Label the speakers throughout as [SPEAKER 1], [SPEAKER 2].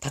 [SPEAKER 1] 多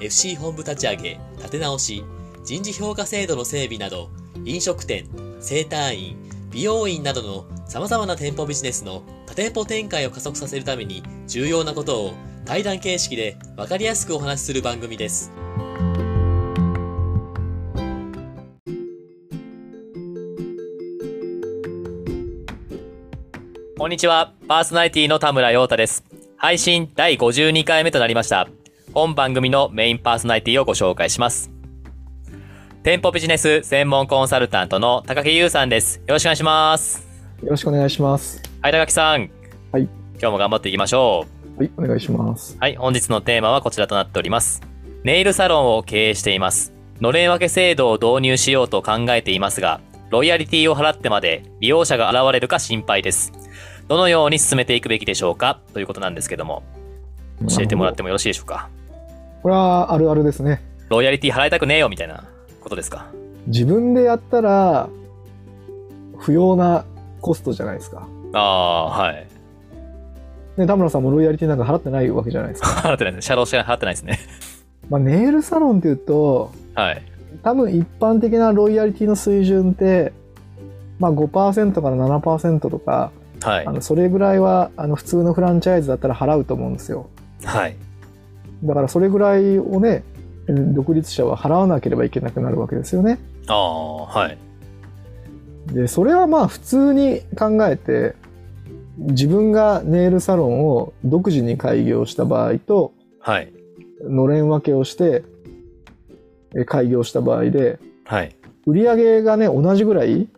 [SPEAKER 1] FC 本部立ち上げ立て直し人事評価制度の整備など飲食店整体院美容院などの様々な店舗ビジネスの多店舗展開を加速させるために重要なことを対談形式で分かりやすくお話しする番組です。こんにちは。パーソナリティの田村陽太です。配信第52回目となりました。本番組のメインパーソナリティをご紹介します。店舗ビジネス専門コンサルタントの高木優さんです。よろしくお願いします。
[SPEAKER 2] よろしくお願いします。
[SPEAKER 1] はい、高木さん。
[SPEAKER 2] はい
[SPEAKER 1] 今日も頑張っていきましょう。
[SPEAKER 2] はい、お願いします。
[SPEAKER 1] はい、本日のテーマはこちらとなっております。ネイルサロンを経営しています。のれん分け制度を導入しようと考えていますが、ロイヤリティを払ってまで利用者が現れるか心配です。どのように進めていくべきでしょうかということなんですけども、教えてもらって
[SPEAKER 2] も。
[SPEAKER 1] もよろしいでしょうか。
[SPEAKER 2] これはあるあるですね。
[SPEAKER 1] ロイヤリティ払いたくねえよみたいなことですか。
[SPEAKER 2] 自分でやったら、不要なコストじゃないですか。
[SPEAKER 1] ああ、はい。
[SPEAKER 2] ね、田村さんもロイヤリティなんか払ってないわけじゃないで すか。
[SPEAKER 1] 払ってないですね。シャローしか払ってないですね。
[SPEAKER 2] まあ、ネイルサロンっていうと、
[SPEAKER 1] はい。
[SPEAKER 2] 多分一般的なロイヤリティの水準って、まあ5%から7%とか、
[SPEAKER 1] はい
[SPEAKER 2] あ。のそれぐらいはあの普通のフランチャイズだったら払うと思うんですよ。
[SPEAKER 1] はい。
[SPEAKER 2] だからそれぐらいをね、独立者は払わなければいけなくなるわけですよね。
[SPEAKER 1] ああ、はい。
[SPEAKER 2] でそれはまあ普通に考えて自分がネイルサロンを独自に開業した場合と
[SPEAKER 1] はい。
[SPEAKER 2] のれん分けをしてえ開業した場合で
[SPEAKER 1] はい。
[SPEAKER 2] 売り上げがね同じぐらい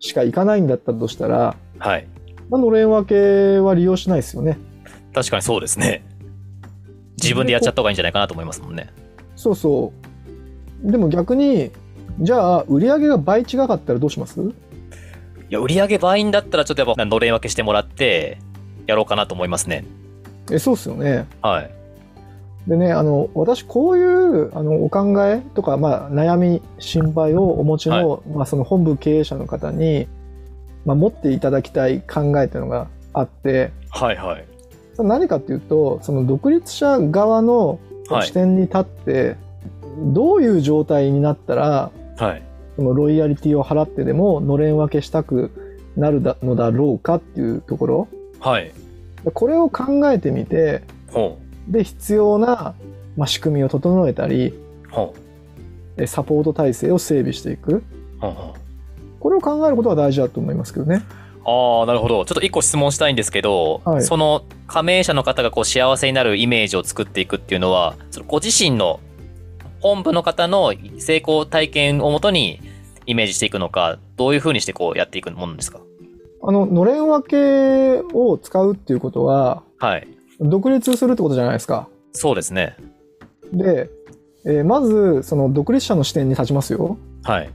[SPEAKER 2] しかいかないんだったとしたら、
[SPEAKER 1] はい。
[SPEAKER 2] まあのれん分けは利用しないですよね。
[SPEAKER 1] 確かにそうですね。自分でやっちゃった方がいいんじゃないかなと思いますもんね。
[SPEAKER 2] そうそうでも逆にじゃあ売り上げが倍違かったらどうします
[SPEAKER 1] いや、売り上げ倍にだったらちょっとやっぱ、のれん分けしてもらって、やろうかなと思いますね。
[SPEAKER 2] えそうっすよね。
[SPEAKER 1] はい。
[SPEAKER 2] でね、あの私こういうあのお考えとか、まあ、悩み心配をお持ちの,、まあその本部経営者の方に、まあ、持っていただきたい考えというのがあって
[SPEAKER 1] はいはい。
[SPEAKER 2] それ何かというとその独立者側の
[SPEAKER 1] は
[SPEAKER 2] 視
[SPEAKER 1] い。
[SPEAKER 2] 点に立って、どういう状態になったら
[SPEAKER 1] はい。
[SPEAKER 2] そのロイヤリティを払ってでものれん分けしたくなるだのだろうかっていうところ
[SPEAKER 1] はい。
[SPEAKER 2] これを考えてみて
[SPEAKER 1] ほ
[SPEAKER 2] で必要な、まあ、仕組みを整えたり
[SPEAKER 1] う。ほ
[SPEAKER 2] えサポート体制を整備していく
[SPEAKER 1] う。ほうほう。
[SPEAKER 2] これを考えることは大事だと思いますけどね
[SPEAKER 1] ああ、なるほど。ちょっと一個質問したいんですけど、
[SPEAKER 2] はい
[SPEAKER 1] その加盟者の方がこう幸せになるイメージを作っていくっていうのは、そのご自身の本部の方の成功体験をもとにイメージしていくのか、どういうふうにしてこうやっていくものですか
[SPEAKER 2] あののれん分けを使うっていうことは
[SPEAKER 1] はい。
[SPEAKER 2] 独立するってことじゃないですか
[SPEAKER 1] そうですね。
[SPEAKER 2] で、えーまずその独立者の視点に立ちますよ
[SPEAKER 1] はい。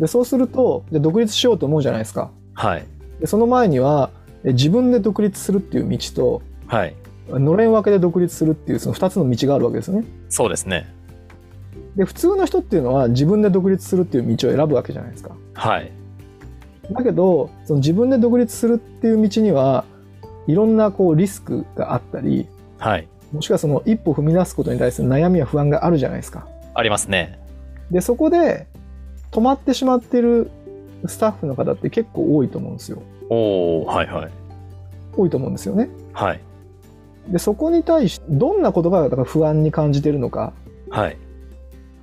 [SPEAKER 2] でそうするとで独立しようと思うじゃないですか
[SPEAKER 1] はい。
[SPEAKER 2] でその前にはえ自分で独立するっていう道
[SPEAKER 1] はい。
[SPEAKER 2] とのれん分けで独立するっていうその2つの道があるわけですよね
[SPEAKER 1] そうですね。
[SPEAKER 2] で普通の人っていうのは自分で独立するっていう道を選ぶわけじゃないですか
[SPEAKER 1] はい。
[SPEAKER 2] だけどその自分で独立するっていう道にはいろんなこうリスクがあったり
[SPEAKER 1] はい。
[SPEAKER 2] もしくはその一歩踏み出すことに対する悩みや不安があるじゃないですか。
[SPEAKER 1] ありますね。
[SPEAKER 2] でそこで止まってしまってるスタッフの方って結構多いと思うんですよ。
[SPEAKER 1] おおはいはい。
[SPEAKER 2] 多いと思うんですよね。
[SPEAKER 1] はい。
[SPEAKER 2] でそこに対してどんな言葉がだから不安に感じてるのか
[SPEAKER 1] はい。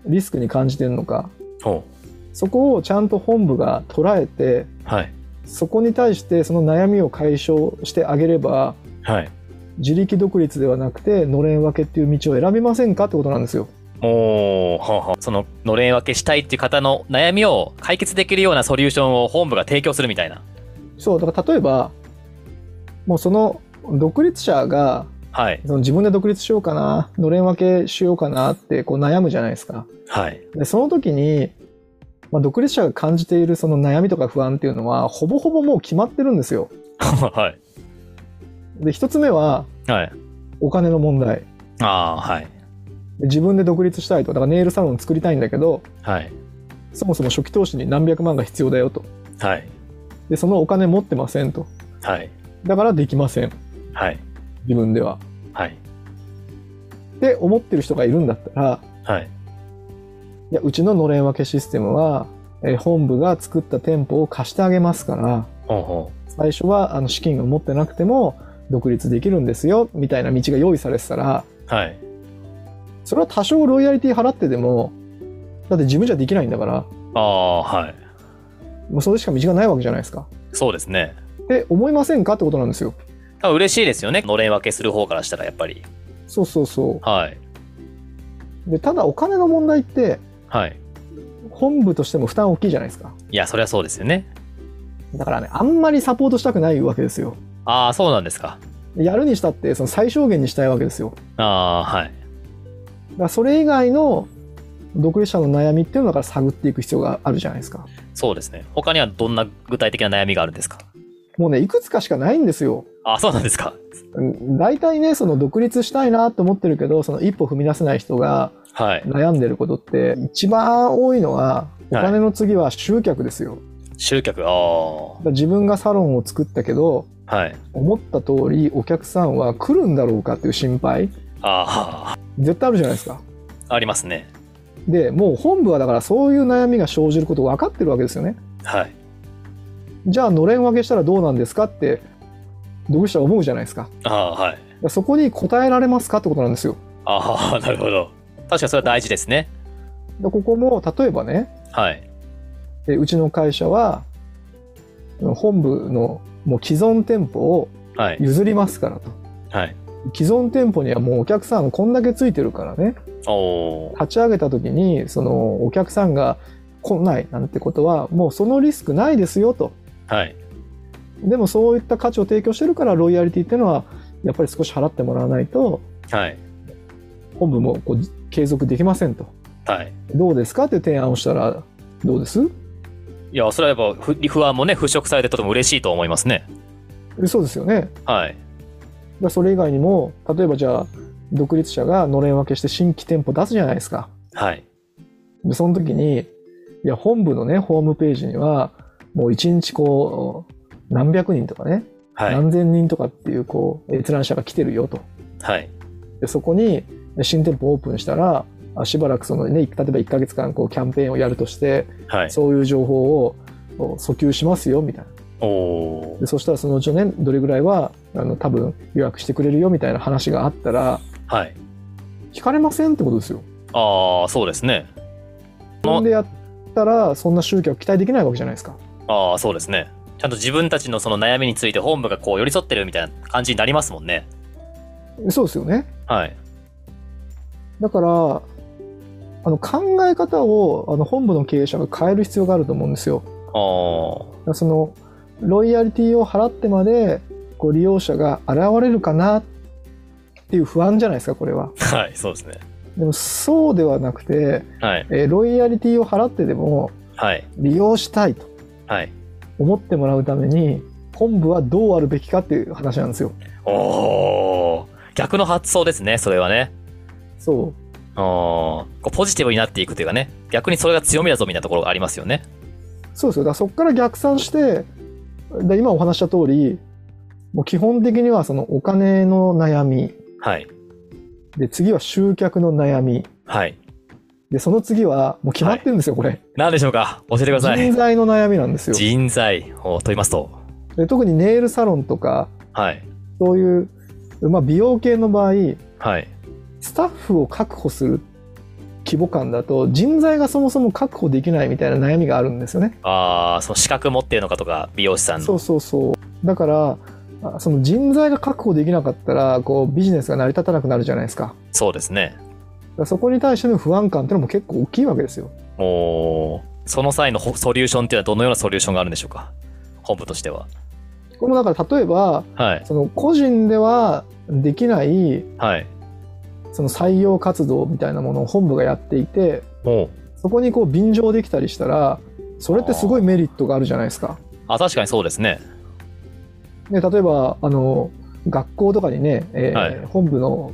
[SPEAKER 2] リスクに感じてるのか
[SPEAKER 1] ほ
[SPEAKER 2] そこをちゃんと本部が捉えて
[SPEAKER 1] う。はい。
[SPEAKER 2] そこに対してその悩みを解消してあげれば
[SPEAKER 1] はい。
[SPEAKER 2] 自力独立ではなくてのれん分けっていう道を選びませんかってことなんですよ。
[SPEAKER 1] おーはあはあそののれん分けしたいっていう方の悩みを解決できるようなソリューションを本部が提供するみたいな
[SPEAKER 2] そうだから例えばもうその独立者が
[SPEAKER 1] はい。
[SPEAKER 2] その自分で独立しようかな、のれん分けしようかなってこう悩むじゃないですか。
[SPEAKER 1] はい。
[SPEAKER 2] でその時に、まあ、独立者が感じているその悩みとか不安っていうのは、ほぼほぼもう決まってるんですよ。
[SPEAKER 1] は
[SPEAKER 2] で、一つ目は、
[SPEAKER 1] い。はい。
[SPEAKER 2] お金の問題。
[SPEAKER 1] ああ、はい。
[SPEAKER 2] で自分で独立したいと。だからネイルサロン作りたいんだけど、
[SPEAKER 1] はい。
[SPEAKER 2] そもそも初期投資に何百万が必要だよと。
[SPEAKER 1] はい。
[SPEAKER 2] で、そのお金持ってませんと。
[SPEAKER 1] はい。
[SPEAKER 2] だからできません。
[SPEAKER 1] はい。
[SPEAKER 2] 自分では。
[SPEAKER 1] はい。
[SPEAKER 2] って思ってる人がいるんだったら、
[SPEAKER 1] はい。
[SPEAKER 2] いや、うちののれん分けシステムは、えー本部が作った店舗を貸してあげますから、
[SPEAKER 1] ほうほ
[SPEAKER 2] 最初はあの資金を持ってなくても独立できるんですよ、みたいな道が用意されてたら、
[SPEAKER 1] う。はい。
[SPEAKER 2] それは多少ロイヤリティ払ってでも、だって自分じゃできないんだから、
[SPEAKER 1] ああ、はい。
[SPEAKER 2] もうそれしか道がないわけじゃないですか。
[SPEAKER 1] そうですね。
[SPEAKER 2] って思いませんかってことなんですよ。
[SPEAKER 1] 多分嬉しいですよね。のれん分けする方からしたら、やっぱり。
[SPEAKER 2] そうそうそ
[SPEAKER 1] はい。
[SPEAKER 2] う。で、ただお金の問題って、
[SPEAKER 1] はい。
[SPEAKER 2] 本部としても負担大きいじゃないですか。
[SPEAKER 1] いや、そりゃそうですよね。
[SPEAKER 2] だからね、あんまりサポートしたくないわけですよ。
[SPEAKER 1] ああ、そうなんですか。
[SPEAKER 2] やるにしたって、その最小限にしたいわけですよ。
[SPEAKER 1] ああ、はい。
[SPEAKER 2] だからそれ以外の独立者の悩みっていうのをだから探っていく必要があるじゃないですか
[SPEAKER 1] そうですね。他にはどんな具体的な悩みがあるんですか
[SPEAKER 2] もうねいくつかしかないんですよ
[SPEAKER 1] ああ、そうなんですか。
[SPEAKER 2] うん大体ねその独立したいなと思ってるけどその一歩踏み出せない人が
[SPEAKER 1] はい。
[SPEAKER 2] 悩んでることって一番多いのはお金の次は集客ですよ、
[SPEAKER 1] 集客、あ
[SPEAKER 2] だから自分がサロンを作ったけど
[SPEAKER 1] あ。はい。
[SPEAKER 2] 思った通りお客さんは来るんだろうかっていう心配
[SPEAKER 1] あ
[SPEAKER 2] 絶対あるじゃないですか
[SPEAKER 1] あ、ありますね。
[SPEAKER 2] でもう本部はだからそういう悩みが生じることを分かってるわけですよね
[SPEAKER 1] はい。
[SPEAKER 2] じゃあのれん分けしたらどうなんですかって独立者は思うじゃないですか
[SPEAKER 1] ああ、はい。
[SPEAKER 2] だからそこに答えられますかってことなんですよ
[SPEAKER 1] ああ、 なるほど。確かにそれは大事ですね。
[SPEAKER 2] でここも例えばね
[SPEAKER 1] はい。
[SPEAKER 2] えうちの会社は本部のもう既存店舗を
[SPEAKER 1] はい。
[SPEAKER 2] 譲りますからと
[SPEAKER 1] はい。
[SPEAKER 2] 既存店舗にはもうお客さんこんだけついてるからね
[SPEAKER 1] おお。
[SPEAKER 2] 立ち上げた時にそのお客さんが来ないなんてことはもうそのリスクないですよと
[SPEAKER 1] はい。
[SPEAKER 2] でもそういった価値を提供してるからロイヤリティっていうのはやっぱり少し払ってもらわないと
[SPEAKER 1] はい。
[SPEAKER 2] 本部もこう継続できませんと。
[SPEAKER 1] はい。
[SPEAKER 2] どうですかって提案をしたら、どうです
[SPEAKER 1] いや、それはやっぱ不不安もね、払拭されてとても嬉しいと思いますね。
[SPEAKER 2] そうですよね。だか
[SPEAKER 1] はい。
[SPEAKER 2] らそれ以外にも、例えばじゃあ、独立者がのれん分けして新規店舗出すじゃないですか。
[SPEAKER 1] はい。
[SPEAKER 2] で、その時に、いや、本部のね、ホームページには、もう一日こう、何百人とかね、
[SPEAKER 1] はい。
[SPEAKER 2] 何千人とかっていう、こう、閲覧者が来てるよと。
[SPEAKER 1] はい。
[SPEAKER 2] で、そこに、新店舗オープンしたら、あしばらくそのね、例えば1ヶ月間こう、キャンペーンをやるとして、
[SPEAKER 1] はい。
[SPEAKER 2] そういう情報をこう訴求しますよ、みたいな。
[SPEAKER 1] おお
[SPEAKER 2] で。そしたらそのうちねどれぐらいはあの多分予約してくれるよみたいな話があったら
[SPEAKER 1] はい。
[SPEAKER 2] 聞かれませんってことですよ。
[SPEAKER 1] ああ、そうですね。
[SPEAKER 2] 自分でやったらそんな集客期待できないわけじゃないですか。
[SPEAKER 1] ああ、そうですね。ちゃんと自分たちのその悩みについて本部がこう寄り添ってるみたいな感じになりますもんね。
[SPEAKER 2] そうですよね。
[SPEAKER 1] はい。
[SPEAKER 2] だからあの考え方をあの本部の経営者が変える必要があると思うんですよ。
[SPEAKER 1] ああ。
[SPEAKER 2] だからそのロイヤリティを払ってまでこう利用者が現れるかなっていう不安じゃないですかこれは。
[SPEAKER 1] はい、そうですね。
[SPEAKER 2] でもそうではなくて、
[SPEAKER 1] はい。
[SPEAKER 2] えーロイヤリティを払ってでも
[SPEAKER 1] はい。
[SPEAKER 2] 利用したいと。
[SPEAKER 1] はい。
[SPEAKER 2] 思ってもらうために本部はどうあるべきかっていう話なんですよ。
[SPEAKER 1] おお。逆の発想ですね、それはね。
[SPEAKER 2] そ
[SPEAKER 1] あーこうポジティブになっていくというかね、逆にそれが強みだぞみたいなところがありますよね。
[SPEAKER 2] うそうですよだからそこから逆算してで今お話した通りもう基本的にはそのお金の悩み
[SPEAKER 1] はい。
[SPEAKER 2] で次は集客の悩み
[SPEAKER 1] はい。
[SPEAKER 2] でその次はもう決まってるんですよ、これ
[SPEAKER 1] 何でしょうか教えてください。
[SPEAKER 2] 人材の悩みなんですよ
[SPEAKER 1] 人材をと言いますと。
[SPEAKER 2] で特にネイルサロンとか
[SPEAKER 1] はい。
[SPEAKER 2] そういう、まあ、美容系の場合
[SPEAKER 1] はい。
[SPEAKER 2] スタッフを確保する規模感だと人材がそもそも確保できないみたいな悩みがあるんですよね
[SPEAKER 1] ああ、その資格持ってるのかとか、美容師さんの。
[SPEAKER 2] そうそうそうだからあその人材が確保できなかったらこうビジネスが成り立たなくなるじゃないですか
[SPEAKER 1] そうですね。
[SPEAKER 2] だからそこに対しての不安感ってのも結構大きいわけですよ
[SPEAKER 1] おーその際のほソリューションっていうのはどのようなソリューションがあるんでしょうか本部としては。
[SPEAKER 2] これもだから例えば
[SPEAKER 1] はい。
[SPEAKER 2] その個人ではできない
[SPEAKER 1] はい。
[SPEAKER 2] その採用活動みたいなものを本部がやっていて
[SPEAKER 1] おう
[SPEAKER 2] そこにこう便乗できたりしたらそれってすごいメリットがあるじゃないですか。
[SPEAKER 1] あ、確かにそうですね。
[SPEAKER 2] で例えばあの学校とかにね、えー
[SPEAKER 1] はい
[SPEAKER 2] 本部の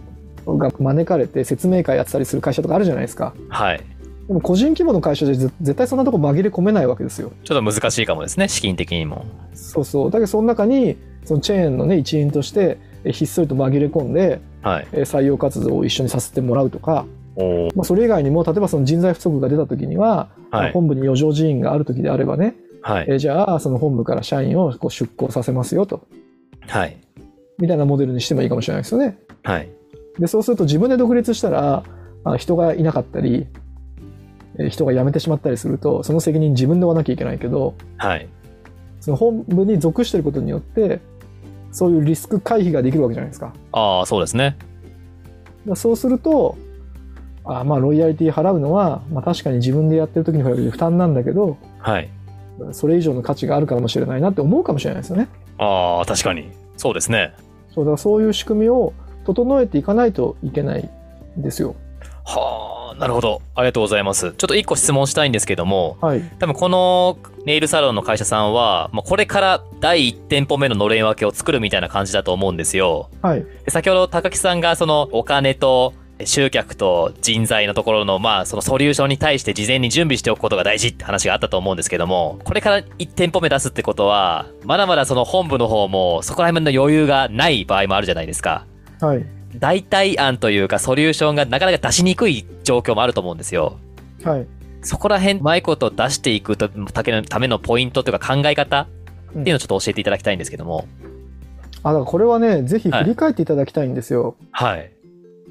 [SPEAKER 2] が招かれて説明会やってたりする会社とかあるじゃないですか
[SPEAKER 1] はい。
[SPEAKER 2] でも個人規模の会社じゃぜ絶対そんなとこ紛れ込めないわけですよ
[SPEAKER 1] ちょっと難しいかもですね、資金的にも。
[SPEAKER 2] そうそうだけどその中にそのチェーンのね一員としてえーひっそりと紛れ込んで
[SPEAKER 1] はい。
[SPEAKER 2] えー採用活動を一緒にさせてもらうとか、
[SPEAKER 1] おお。
[SPEAKER 2] まあ、それ以外にも例えばその人材不足が出た時には、ま
[SPEAKER 1] は
[SPEAKER 2] あ
[SPEAKER 1] い。
[SPEAKER 2] 本部に余剰人員がある時であればね、
[SPEAKER 1] はい。
[SPEAKER 2] えーじゃあその本部から社員をこう出向させますよと
[SPEAKER 1] はい。
[SPEAKER 2] みたいなモデルにしてもいいかもしれないですよね。
[SPEAKER 1] はい。
[SPEAKER 2] でそうすると自分で独立したらあ人がいなかったりえー人が辞めてしまったりするとその責任自分で負わなきゃいけないけど
[SPEAKER 1] はい。
[SPEAKER 2] その本部に属していることによってそういうリスク回避ができるわけじゃないですか。だか
[SPEAKER 1] ああ、そうですね。
[SPEAKER 2] らそうするとあまあロイヤリティ払うのは、まあ、確かに自分でやってる時に比べて負担なんだけど
[SPEAKER 1] はい。
[SPEAKER 2] それ以上の価値があるかもしれないなって思うかもしれないですよね。
[SPEAKER 1] ああ、確かに。そうですね。
[SPEAKER 2] そうだからそういう仕組みを整えていかないといけないんですよ。
[SPEAKER 1] はあ、なるほど。ありがとうございます。ちょっと一個質問したいんですけども、
[SPEAKER 2] はい、
[SPEAKER 1] 多分このネイルサロンの会社さんは、まあ、これから第1店舗目ののれん分けを作るみたいな感じだと思うんですよ。
[SPEAKER 2] はい、
[SPEAKER 1] で先ほど高木さんがそのお金と集客と人材のところのまあそのソリューションに対して事前に準備しておくことが大事って話があったと思うんですけどもこれから1店舗目出すってことはまだまだその本部の方もそこら辺の余裕がない場合もあるじゃないですか
[SPEAKER 2] はい、
[SPEAKER 1] 代替案というかソリューションがなかなか出しにくい状況もあると思うんですよ
[SPEAKER 2] はい。
[SPEAKER 1] そこら辺うまいこと出していくとたけのためのポイントというか考え方っていうのをちょっと教えていただきたいんですけども、
[SPEAKER 2] あだからこれはねぜひ振り返っていただきたいんですよ。
[SPEAKER 1] はい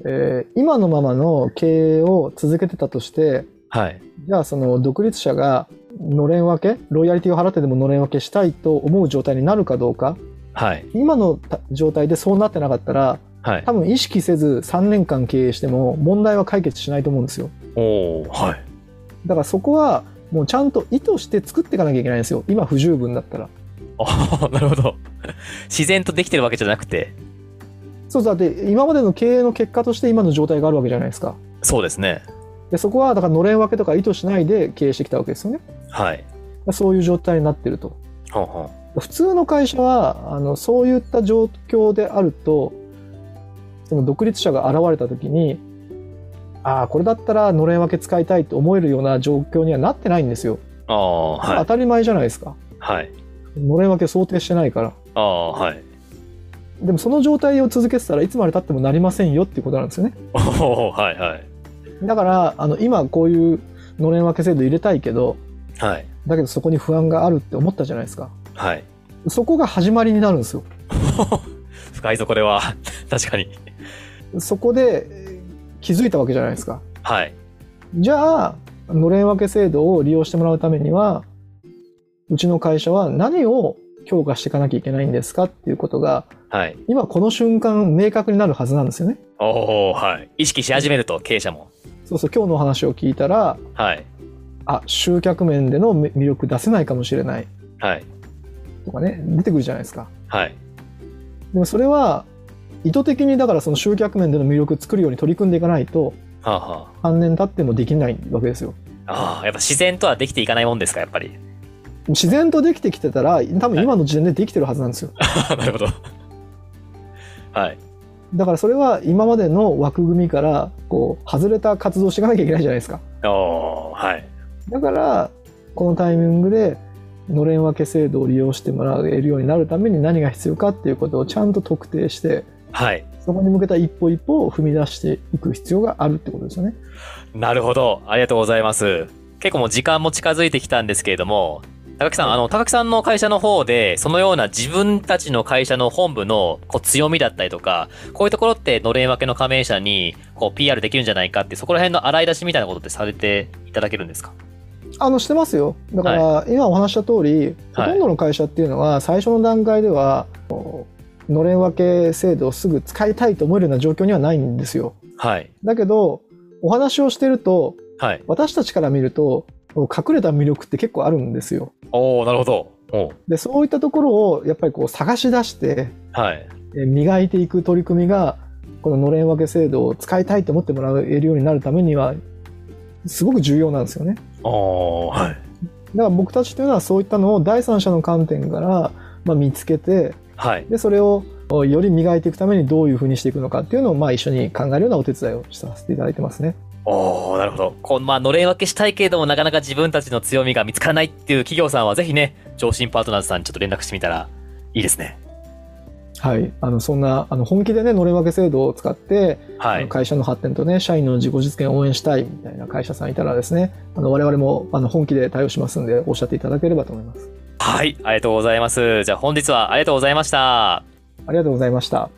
[SPEAKER 2] えー今のままの経営を続けてたとして
[SPEAKER 1] はい
[SPEAKER 2] じゃあその独立者がのれん分けロイヤリティを払ってでものれん分けしたいと思う状態になるかどうか
[SPEAKER 1] はい
[SPEAKER 2] 今のた状態でそうなってなかったら
[SPEAKER 1] はい
[SPEAKER 2] 多分意識せず3年間経営しても問題は解決しないと思うんですよ
[SPEAKER 1] おおはい
[SPEAKER 2] だからそこはもうちゃんと意図して作っていかなきゃいけないんですよ今不十分だったら
[SPEAKER 1] ああ、なるほど。自然とできてるわけじゃなくて。
[SPEAKER 2] そうだって今までの経営の結果として今の状態があるわけじゃないですか
[SPEAKER 1] そうですね。
[SPEAKER 2] でそこはだからのれん分けとか意図しないで経営してきたわけですよね
[SPEAKER 1] はい。
[SPEAKER 2] そういう状態になってると
[SPEAKER 1] ほんほん。
[SPEAKER 2] 普通の会社はあのそういった状況であるとその独立者が現れた時にああこれだったらのれん分け使いたいと思えるような状況にはなってないんですよ、
[SPEAKER 1] ああ、は
[SPEAKER 2] 当
[SPEAKER 1] い。
[SPEAKER 2] たり前じゃないですか
[SPEAKER 1] はい。
[SPEAKER 2] のれん分け想定してないから
[SPEAKER 1] ああ、はい。
[SPEAKER 2] でもその状態を続けてたらいつまでたってもなりませんよっていうことなんですよね
[SPEAKER 1] おお、はい、はい。
[SPEAKER 2] だからあの今こういうのれん分け制度入れたいけど
[SPEAKER 1] はい。
[SPEAKER 2] だけどそこに不安があるって思ったじゃないですか
[SPEAKER 1] はい。
[SPEAKER 2] そこが始まりになるんですよ
[SPEAKER 1] 深いぞ、これは。 確かに。
[SPEAKER 2] そこでえー気づいたわけじゃないですか
[SPEAKER 1] はい。
[SPEAKER 2] じゃあのれん分け制度を利用してもらうためにはうちの会社は何を強化していかなきゃいけないんですかっていうことが
[SPEAKER 1] はい。
[SPEAKER 2] 今この瞬間明確になるはずなんですよね
[SPEAKER 1] おお、はい。意識し始めると、経営者も。
[SPEAKER 2] そうそう今日のお話を聞いたら
[SPEAKER 1] はい。あ
[SPEAKER 2] あ集客面での魅魅力出せないかもしれない
[SPEAKER 1] はい。
[SPEAKER 2] とかね出てくるじゃないですか
[SPEAKER 1] はい。
[SPEAKER 2] でもそれは意図的にだからその集客面での魅力を作るように取り組んでいかないと
[SPEAKER 1] はあ、は
[SPEAKER 2] 3年経ってもできないわけですよ
[SPEAKER 1] あ。ああ、やっぱ自然とはできていかないもんですか、やっぱり。
[SPEAKER 2] 自然とできてきてたら多分今の時点でできてるはずなんですよ
[SPEAKER 1] あなるほど。はい。
[SPEAKER 2] だからそれは今までの枠組みからこう外れた活動をしていかなきゃいけないじゃないですか
[SPEAKER 1] おお、はい。
[SPEAKER 2] だからこのタイミングでのれん分け制度を利用してもらえるようになるために何が必要かっていうことをちゃんと特定して
[SPEAKER 1] はい。
[SPEAKER 2] そこに向けた一歩一歩を踏み出していく必要があるってことですよね。
[SPEAKER 1] なるほど。ありがとうございます。結構もう時間も近づいてきたんですけれども、高木さん、あの、高木さんの会社の方で、そのような自分たちの会社の本部のこう強みだったりとか、こういうところってのれん分けの加盟者にこう PR できるんじゃないかって、そこら辺の洗い出しみたいなことってされていただけるんですか
[SPEAKER 2] あのしてますよだから今お話しした通り、
[SPEAKER 1] はい
[SPEAKER 2] ほとんどの会社っていうのは最初の段階ではこうのれん分け制度をすぐ使いたいと思えるような状況にはないんですよ。
[SPEAKER 1] はい。
[SPEAKER 2] だけどお話をしてると
[SPEAKER 1] はい。
[SPEAKER 2] 私たちから見ると隠れた魅力って結構あるんですよ。
[SPEAKER 1] おおなるほど。おう
[SPEAKER 2] でそういったところをやっぱりこう探し出して
[SPEAKER 1] はい。
[SPEAKER 2] えー磨いていく取り組みがこののれん分け制度を使いたいと思ってもらえるようになるためにはすごく重要なんですよね。
[SPEAKER 1] おーはい。
[SPEAKER 2] だから僕たちというのはそういったのを第三者の観点から、まあ、見つけて
[SPEAKER 1] はい。
[SPEAKER 2] でそれをおより磨いていくためにどういうふうにしていくのかっていうのを、まあ、一緒に考えるようなお手伝いをさせていただいてますね。
[SPEAKER 1] おーなるほど。こう、まあ、のれん分けしたいけれども、なかなか自分たちの強みが見つからないっていう企業さんは、ぜひね、上進パートナーズさんにちょっと連絡してみたら、いいですね。
[SPEAKER 2] はい、あのそんなあの本気でねのれん分け制度を使って、
[SPEAKER 1] は
[SPEAKER 2] あの
[SPEAKER 1] い。
[SPEAKER 2] 会社の発展とね社員の自己実現を応援したいみたいな会社さんいたらですねあの我々もあの本気で対応しますんでおっしゃっていただければと思います。
[SPEAKER 1] はい。ありがとうございます。じゃあ、本日はありがとうございました。
[SPEAKER 2] ありがとうございました。